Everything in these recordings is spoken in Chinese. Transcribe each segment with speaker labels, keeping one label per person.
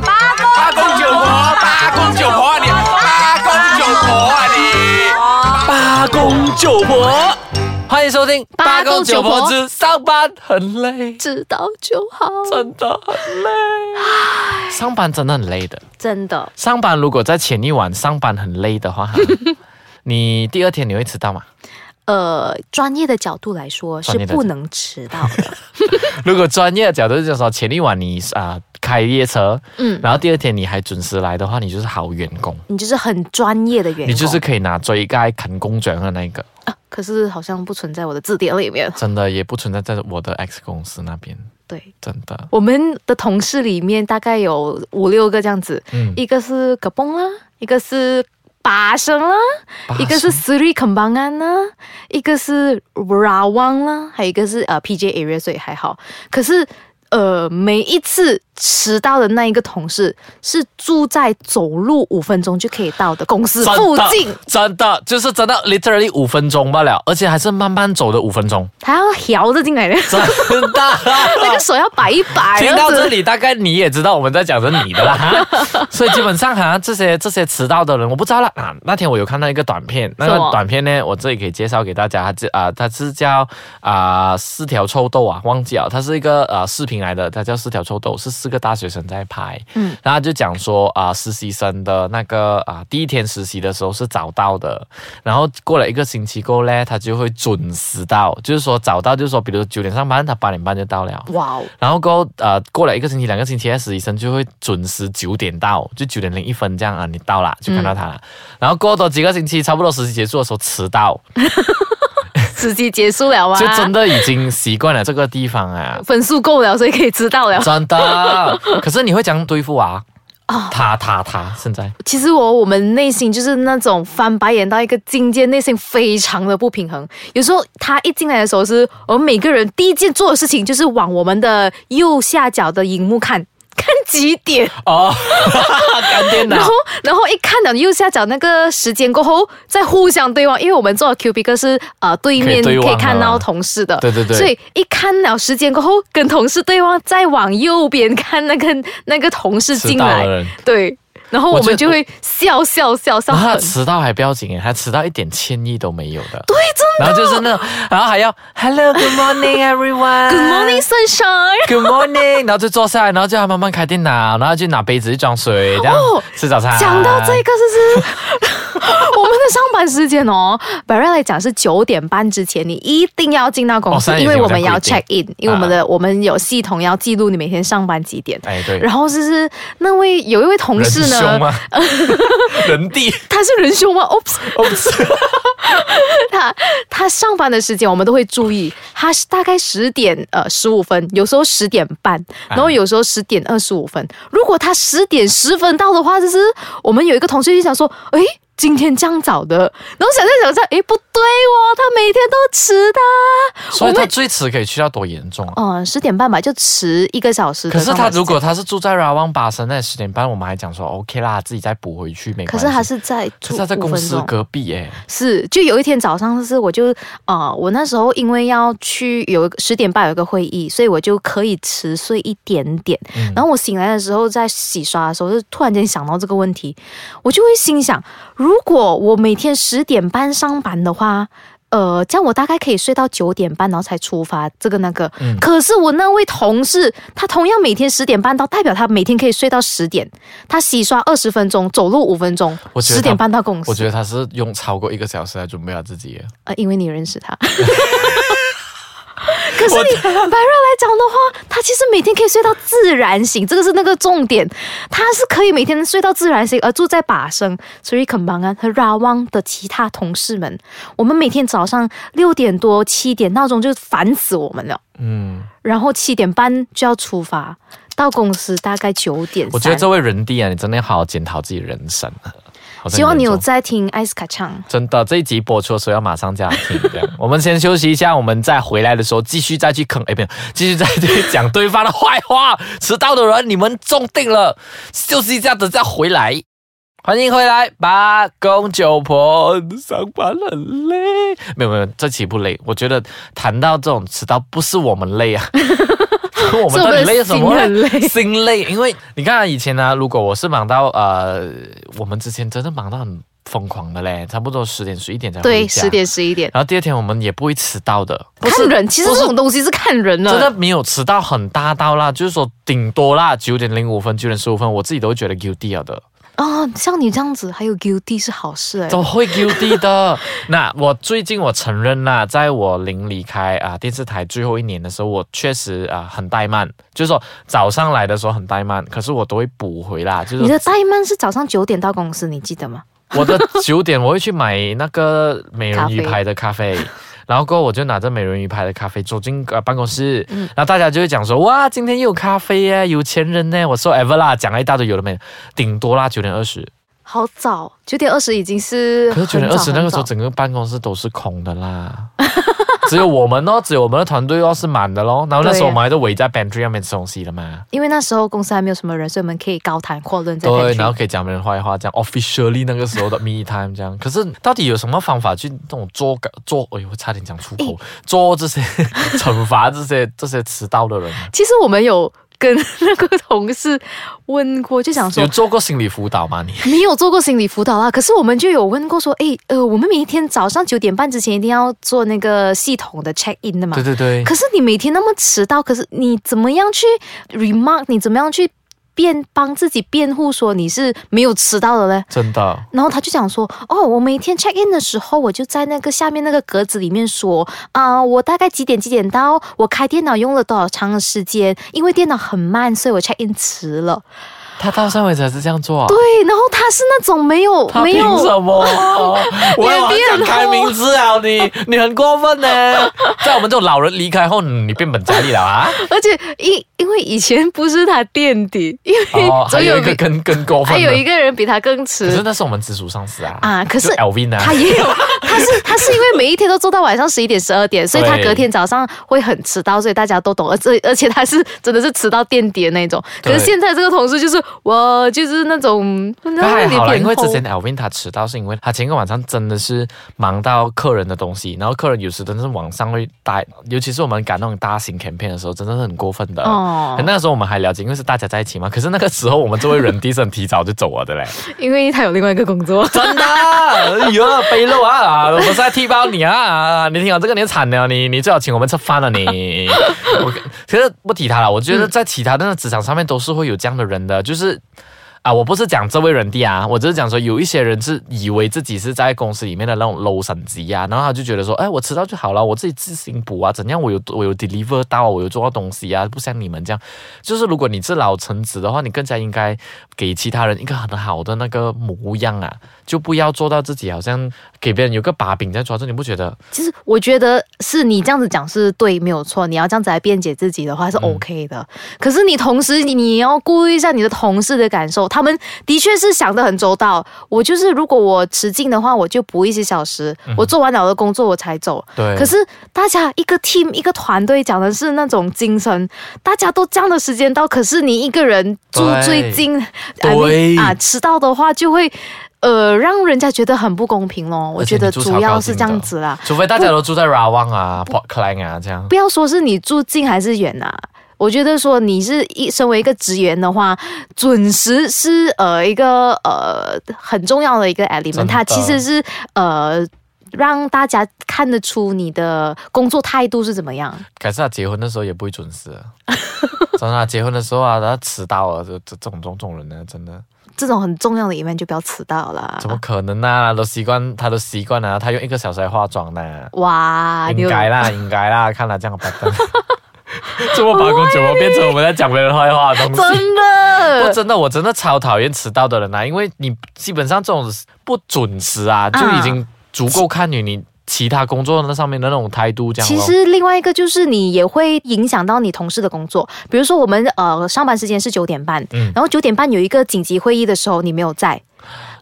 Speaker 1: 八公九婆，八公九婆啊你，八公九婆啊你，八公九婆。欢迎收听《
Speaker 2: 八公九婆
Speaker 1: 之上班很累》，
Speaker 2: 知道就好。
Speaker 1: 真的很累。上班真的很累的。
Speaker 2: 真的，
Speaker 1: 上班如果在前一晚上班很累的话，哈你第二天你会迟到吗？
Speaker 2: 呃，专业的角度来说
Speaker 1: 专
Speaker 2: 是
Speaker 1: 业的
Speaker 2: 不能迟到的。
Speaker 1: 如果专业的角度就是说，前一晚你啊、开夜车，
Speaker 2: 嗯，
Speaker 1: 然后第二天你还准时来的话，你就是好员工，
Speaker 2: 你就是很专业的员工，
Speaker 1: 你就是可以拿最佳勤工奖的那一个，
Speaker 2: 啊，可是好像不存在我的字典里面。
Speaker 1: 真的也不存在在我的 X 公司那边，
Speaker 2: 对，
Speaker 1: 真的。
Speaker 2: 我们的同事里面大概有五六个这样子，
Speaker 1: 嗯，
Speaker 2: 一个是葛崩啦，一个是巴生啦，一个是
Speaker 1: 巴士
Speaker 2: Sri k e m b a n g a n 啦，一个是 Rawang 啦，还有一个是呃 PJ area，所以还好。可是呃，每一次迟到的那一个同事是住在走路五分钟就可以到的公司
Speaker 1: 真的
Speaker 2: 附近，
Speaker 1: 真的就是真的，literally 五分钟罢了，而且还是慢慢走的五分钟，
Speaker 2: 他要摇着进 来的，
Speaker 1: 真 的。
Speaker 2: 那个手要摆一摆。
Speaker 1: 啊听到
Speaker 2: 这样
Speaker 1: 这
Speaker 2: 子
Speaker 1: 里，大概你也知道我们在讲着你的啦， 哈所以基本上好像这些这些迟到的人，我不知道啦。啊，那天我有看到一个短片，那
Speaker 2: 什
Speaker 1: 个
Speaker 2: 么
Speaker 1: 短片呢，我这里可以介绍给大家，它这啊、它是叫啊、四条臭豆啊，忘记了，它是一个啊、视频来的，它叫四条臭豆，是四个大学生在拍，
Speaker 2: 嗯
Speaker 1: 然后就讲说啊、实习生的那个啊、第一天实习的时候是早到的，然后过了一个星期过后呢，他就会准时到，就是说早到，就是说比如九点上班，他八点半就到了。
Speaker 2: 哇哦，
Speaker 1: 然后过后呃，过了一个星期、两个星期，那实习生就会准时九点到，就九点零一分这样啊，你到啦，就看
Speaker 2: 嗯
Speaker 1: 到他了。然后过多几个星期，差不多实习结束的时候迟到，
Speaker 2: 实习结束了啊，，
Speaker 1: 就真的已经习惯了这个地方啊
Speaker 2: 分数够了，所以可以知道了。
Speaker 1: 真的。可是你会怎样对付啊？
Speaker 2: 啊
Speaker 1: 他他他，现在
Speaker 2: 其实我我们内心就是那种翻白眼到一个境界，内心非常的不平衡。有时候他一进来的时候是，我们每个人第一件做的事情就是往我们的右下角的荧幕看。 看几 点，
Speaker 1: 哦， 干电
Speaker 2: 然
Speaker 1: 脑
Speaker 2: 后，然后一看到右下角那个时间过后，再互相对望，因为我们做的 Q B 哥是呃对面
Speaker 1: 可以对望
Speaker 2: 可以看
Speaker 1: 啊
Speaker 2: 到同事的，
Speaker 1: 对对对
Speaker 2: 所以一看了时间过后，跟同事对望，再往右边看那个那个同事
Speaker 1: 迟
Speaker 2: 进
Speaker 1: 到的
Speaker 2: 来，
Speaker 1: 人，
Speaker 2: 对，然后我
Speaker 1: 我觉得
Speaker 2: 们就会笑笑笑笑
Speaker 1: 然后他
Speaker 2: 很。
Speaker 1: 迟到还不要紧耶，他迟到一点歉意都没有的。
Speaker 2: 对，真
Speaker 1: 然后就是那种，然后还要 Hello Good morning everyone
Speaker 2: Good morning sunshine。
Speaker 1: Good morning，然后就坐下来，然后叫他慢慢开电脑，然后就拿杯子去装水，这样、
Speaker 2: 哦
Speaker 1: 吃早餐。
Speaker 2: 讲到这个，就 是我们的上班时间哦，本来来讲是九点半之前，你一定要进到公司，
Speaker 1: 哦现在已
Speaker 2: 因
Speaker 1: 经
Speaker 2: 为
Speaker 1: 有
Speaker 2: 我们要
Speaker 1: 这样
Speaker 2: check
Speaker 1: 规
Speaker 2: in，因为我们的、我们有系统要记录你每天上班几点。
Speaker 1: 哎啊对，
Speaker 2: 然后就是那位有一位同
Speaker 1: 人
Speaker 2: 事
Speaker 1: 凶
Speaker 2: 呢，
Speaker 1: 吗？人地，
Speaker 2: 他是仁兄吗？Oops，
Speaker 1: 哦不是，
Speaker 2: 他他上班的时间我们都会注意，他是大概十点呃十五分，有时候十点半，
Speaker 1: 哎
Speaker 2: 然后有时候十点二十五分。如果他十点十分到的话，就是我们有一个同事就想说，诶，今天这样早的，然后想再想再，诶，不对哦，他每天都迟的啊。
Speaker 1: 所以他最迟可以去到多严重啊？
Speaker 2: 嗯，十点半吧，就迟一个小时的
Speaker 1: 可是
Speaker 2: 上
Speaker 1: 他
Speaker 2: 班时间。
Speaker 1: 如果他是住在 Rawang 巴生，那十点半我们还讲说 OK 啦，自己再补回去没
Speaker 2: 可
Speaker 1: 关系。
Speaker 2: 是他是在
Speaker 1: 可是他在
Speaker 2: 住五
Speaker 1: 公
Speaker 2: 分
Speaker 1: 司
Speaker 2: 钟
Speaker 1: 隔壁哎、
Speaker 2: 是，就有一天早上是，我就呃，我那时候因为要去有十点半有一个会议，所以我就可以迟睡一点点。
Speaker 1: 嗯
Speaker 2: 然后我醒来的时候，在洗刷的时候，就突然间想到这个问题，我就会心想，如果我每天十点半上班的话。呃，这样我大概可以睡到九点半，然后才出发这个那个。
Speaker 1: 嗯
Speaker 2: 可是我那位同事，他同样每天十点半到，代表他每天可以睡到十点。他洗刷二十分钟，走路五分钟，
Speaker 1: 我觉得
Speaker 2: 十
Speaker 1: 他
Speaker 2: 点半到公司。
Speaker 1: 我觉得他是用超过一个小时来准备他自己的。
Speaker 2: 呃，因为你认识 他。可是你白瑞来讲的话，他其实每天可以睡到自然醒，这个是那个重点。他是可以每天睡到自然醒，而住在把生，所以肯邦安和拉旺的其他同事们，我们每天早上六点多七点闹钟就烦死我们了，
Speaker 1: 嗯，
Speaker 2: 然后七点半就要出发，到公司大概九点
Speaker 1: 我觉得
Speaker 2: 三。
Speaker 1: 这位人地啊，你真的要好好检讨自己人生啊。好像
Speaker 2: 希望你有
Speaker 1: 严重
Speaker 2: 在听艾斯卡唱。
Speaker 1: 真的，这一集播出的时候要马上这样听，这样。我们先休息一下，我们再回来的时候继续再去坑，哎，不是，继续再去讲对方的坏话。迟到的人，你们中定了。休息一下，等下回来。欢迎回来，八公九婆，上班很累。没有没有，这期不累。我觉得谈到这种迟到，不是我们累啊， 我们到底累什么
Speaker 2: 是不是心很
Speaker 1: 呢？
Speaker 2: 累
Speaker 1: 心累， 因为你看啊以前呢、如果我是忙到呃，我们之前真的忙到很疯狂的嘞，差不多十点十一点才回
Speaker 2: 对，
Speaker 1: 家
Speaker 2: 十。点十一点，
Speaker 1: 然后第二天我们也不会迟到的，不是
Speaker 2: 看人，其实
Speaker 1: 不
Speaker 2: 这
Speaker 1: 是
Speaker 2: 种东西是看人
Speaker 1: 真的
Speaker 2: 的。
Speaker 1: 没有迟到很大到啦，就是说顶多啦九点零五分、九点十五分，我自己都会觉得 guilty 了的，
Speaker 2: 哦，像你这样子还有 guilty 是好事哎、
Speaker 1: 怎么会 guilty 的？那我最近我承认啦，在我临离开啊、电视台最后一年的时候，我确实啊、很怠慢，就是说早上来的时候很怠慢，可是我都会补回啦，就是
Speaker 2: 你
Speaker 1: 说
Speaker 2: 的怠慢是早上九点到公司，你记得吗？
Speaker 1: 我的九点我会去买那个美人鱼牌的咖啡。然后过后我就拿着美人鱼牌的咖啡走进呃办公室，
Speaker 2: 嗯
Speaker 1: 然后大家就会讲说哇，今天又有咖啡耶，有钱人呢。我说 ever 啦，讲了一大堆有的没的，顶多啦九点二十。
Speaker 2: 好早，九点二十已经是
Speaker 1: 可是九点二十
Speaker 2: 很早
Speaker 1: 那个时候
Speaker 2: 很早
Speaker 1: 整个办公室都是空的啦， 只有我们哦，只有我们的团队哦是满的咯。然后那时候
Speaker 2: 对
Speaker 1: 我们还在围在 pantry 上面吃东西的嘛，
Speaker 2: 因为那时候公司还没有什么人，所以我们可以高谈阔论在
Speaker 1: 对，
Speaker 2: pantry
Speaker 1: 然后可以讲别人坏话，这样 officially 那个时候的 me time 这样。可是到底有什么方法去那种做做？哎呦，我差点讲出口，做这些 惩罚这些这些迟到的人呢，
Speaker 2: 其实我们有跟那个同事问过，就想
Speaker 1: 有
Speaker 2: 说
Speaker 1: 做过心理辅导吗？你
Speaker 2: 你有做过心理辅导啦，啊可是我们就有问过说，诶，呃，我们每一天早上九点半之前一定要做那个系统的 check in 的嘛
Speaker 1: 对。对对，
Speaker 2: 可是你每天那么迟到，可是你怎么样去 remark？你怎么样去辩帮自己辩护说你是没有迟到的嘞？
Speaker 1: 真的。
Speaker 2: 然后他就讲说，哦，我每天 check in 的时候，我就在那个下面那个格子里面说，啊、我大概几点几点到，我开电脑用了多少长的时间，因为电脑很慢，所以我 check in 迟了。
Speaker 1: 他到上为止还是这样做啊？
Speaker 2: 对，然后他是那种没有
Speaker 1: 他
Speaker 2: 没
Speaker 1: 凭
Speaker 2: 有
Speaker 1: 什 么？我
Speaker 2: 脸
Speaker 1: 我很
Speaker 2: 皮很
Speaker 1: 想开
Speaker 2: 厚
Speaker 1: 名字啊！你你很过分 呢，在我们这种老人离开后，你变本加厉了啊！
Speaker 2: 而且因因为以前不是他垫底，因为
Speaker 1: 哦，还
Speaker 2: 总
Speaker 1: 有
Speaker 2: 有
Speaker 1: 一个
Speaker 2: 比
Speaker 1: 更更过分
Speaker 2: 还
Speaker 1: 的，
Speaker 2: 有一个人比他更
Speaker 1: 啊可是
Speaker 2: 迟
Speaker 1: 那是我们直属上司啊
Speaker 2: 啊，可是
Speaker 1: 就 Elvin 啊
Speaker 2: 他，也有， 他是他是因为每一天都做到晚上十一点十二点，所以他
Speaker 1: 对
Speaker 2: 隔天早上会很迟到，所以大家都懂。而这而且他是真的是迟到垫底的那种。可
Speaker 1: 对
Speaker 2: 是现在这个同事就是我就是那种
Speaker 1: 但
Speaker 2: 那
Speaker 1: 还好啦，
Speaker 2: 脸
Speaker 1: 因
Speaker 2: 皮
Speaker 1: 为
Speaker 2: 很
Speaker 1: 之
Speaker 2: 厚
Speaker 1: 前 Elvin 他迟到是因为他前一个晚上真的是忙到客人的东西，然后客人有时真的是晚上会带，尤其是我们赶那种大型 campaign 的时候，真的是很过分的。
Speaker 2: 哦
Speaker 1: 那个时候我们还了解，因为是大家在一起嘛。可是那个时候我们这位人地是很提早就走了的嘞，
Speaker 2: 因为他有另外一个工作。
Speaker 1: 真的，哎呦，背漏啊啊！我是在踢爆你啊啊！你听好，这个你惨了，你你最好请我们吃饭了啊你。我其实不提他了，我觉得在其他的那职场上面都是会有这样的人的，就是。啊，我不是讲这位人弟啊，我只是讲说有一些人是以为自己是在公司里面的那种 low 省级啊，然后他就觉得说，哎，我迟到就好了，我自己自行补啊，怎样我有我有 deliver 到啊，我有做到东西啊，不像你们这样，就是如果你是老臣子的话，你更加应该给其他人一个很好的那个模样啊，就不要做到自己好像给别人有个把柄在抓住，你不觉得？
Speaker 2: 其实我觉得是你这样子讲是对，没有错。你要这样子来辩解自己的话是
Speaker 1: 嗯
Speaker 2: OK 的，可是你同时你你要顾虑一下你的同事的感受，他们的确是想得很周到。我就是如果我迟进的话，我就补一些小时，我做完了我的工作我才走。
Speaker 1: 嗯对
Speaker 2: 可是大家一个 team 一个团队讲的是那种精神，大家都这样的时间到，可是你一个人住
Speaker 1: 对
Speaker 2: 最近，
Speaker 1: 对
Speaker 2: I mean，啊迟到的话就会。呃，让人家觉得很不公平咯。我
Speaker 1: 而且
Speaker 2: 觉
Speaker 1: 你
Speaker 2: 得
Speaker 1: 住
Speaker 2: 主
Speaker 1: 超
Speaker 2: 要
Speaker 1: 高
Speaker 2: 是
Speaker 1: 薪
Speaker 2: 这样
Speaker 1: 的
Speaker 2: 子啦。
Speaker 1: 除非大家都住在 Rawang 啊、Port Klang 啊这样。
Speaker 2: 不要说是你住近还是远啊。我觉得说你是一身为一个职员的话，准时是呃一个呃很重要的一个
Speaker 1: 真
Speaker 2: element，
Speaker 1: 的
Speaker 2: 它其实是呃让大家看得出你的工作态度是怎么样。
Speaker 1: 可是他结婚的时候也不会准 时啊，真的啊、结婚的时候啊，他迟到啊，这这这种种种人呢、真的
Speaker 2: 这种很重要的 event 就不要迟到啦
Speaker 1: 怎。么可能呢、啊？都习惯他都习惯了、啊他用一个小时来化妆呢、
Speaker 2: 哇，你
Speaker 1: 应该啦，应该啦，看他这样的摆 档，这么把公怎么变成我们在讲别人坏话的东西？
Speaker 2: 真
Speaker 1: 不
Speaker 2: 的
Speaker 1: 真的，我真的超讨厌迟到的人啦、因为你基本上这种不准时啊，就已经足够看你你其他工作那上面的那种态度这样
Speaker 2: 其
Speaker 1: 咯。
Speaker 2: 实另外一个就是你也会影响到你同事的工作，比如说我们呃上班时间是九点半，
Speaker 1: 嗯
Speaker 2: 然后九点半有一个紧急会议的时候你没有在，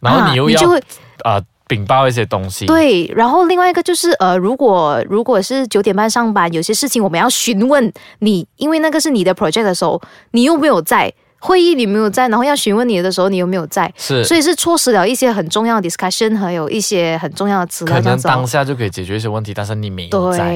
Speaker 1: 然后
Speaker 2: 啊
Speaker 1: 你又
Speaker 2: 你
Speaker 1: 要
Speaker 2: 就会
Speaker 1: 啊、呃禀报一些东西，
Speaker 2: 对，然后另外一个就是呃，如果如果是九点半上班，有些事情我们要询问你，因为那个是你的 project 的时候，你又没有在。会议你没有在，然后要询问你的时候你有没有在，
Speaker 1: 是，
Speaker 2: 所以是错失了一些很重要的 discussion 和有一些很重要的资料
Speaker 1: 可
Speaker 2: 这样
Speaker 1: 能
Speaker 2: 子
Speaker 1: 当
Speaker 2: 哦。
Speaker 1: 下就可以解决一些问题，但是你没有在。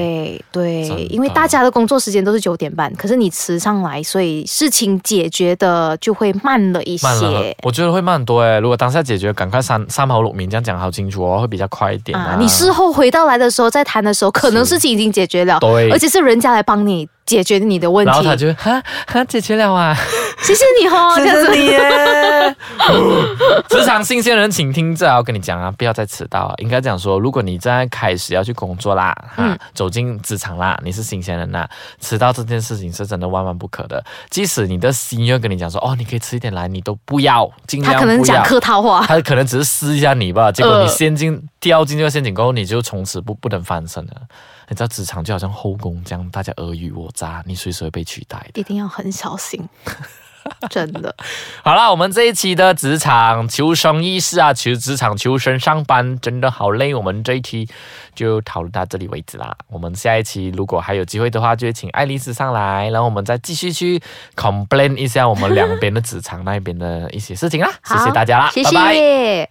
Speaker 2: 对
Speaker 1: 真的
Speaker 2: 对，因为大家的工作时间都是九点半，可是你迟上来，所以事情解决的就会慢了一
Speaker 1: 慢了
Speaker 2: 些，
Speaker 1: 我觉得会慢很多诶。如果当下解决，赶快三三好六明这样讲好清楚哦，会比较快一点啊。
Speaker 2: 啊。你事后回到来的时候再谈的时候，可能事情已经解决了，
Speaker 1: 对
Speaker 2: 而且是人家来帮你解决你的问
Speaker 1: 然后他
Speaker 2: 题。
Speaker 1: 就会哈哈解决了啊，
Speaker 2: 谢谢你 哦，这样子。
Speaker 1: 你耶！职场新鲜人请听着啊，我跟你讲啊，不要再迟到啊。应该讲说，如果你正在开始要去工作啦，哈，
Speaker 2: 嗯
Speaker 1: 走进职场啦，你是新鲜人啦，迟到这件事情是真的万万不可的。即使你的心愿跟你讲说，哦，你可以迟一点来，你都不要，尽量
Speaker 2: 他
Speaker 1: 不要。
Speaker 2: 可能讲客套话，
Speaker 1: 他可能只是试一下你吧，结果
Speaker 2: 呃
Speaker 1: 你陷进、掉进这个陷阱过后，你就从此不不能翻身了。你知道职场就好像后宫这样，大家尔虞我诈，你随时会被取代的。
Speaker 2: 一定要很小心，真的。
Speaker 1: 好啦，我们这一期的职场求生意识啊，求职场求生，上班真的好累。我们这一期就讨论到这里为止啦。我们下一期如果还有机会的话，就会请爱丽丝上来，然后我们再继续去 complain 一下我们两边的职场那边的一些事情啦。谢谢大家啦，
Speaker 2: 谢
Speaker 1: 拜拜。
Speaker 2: 谢。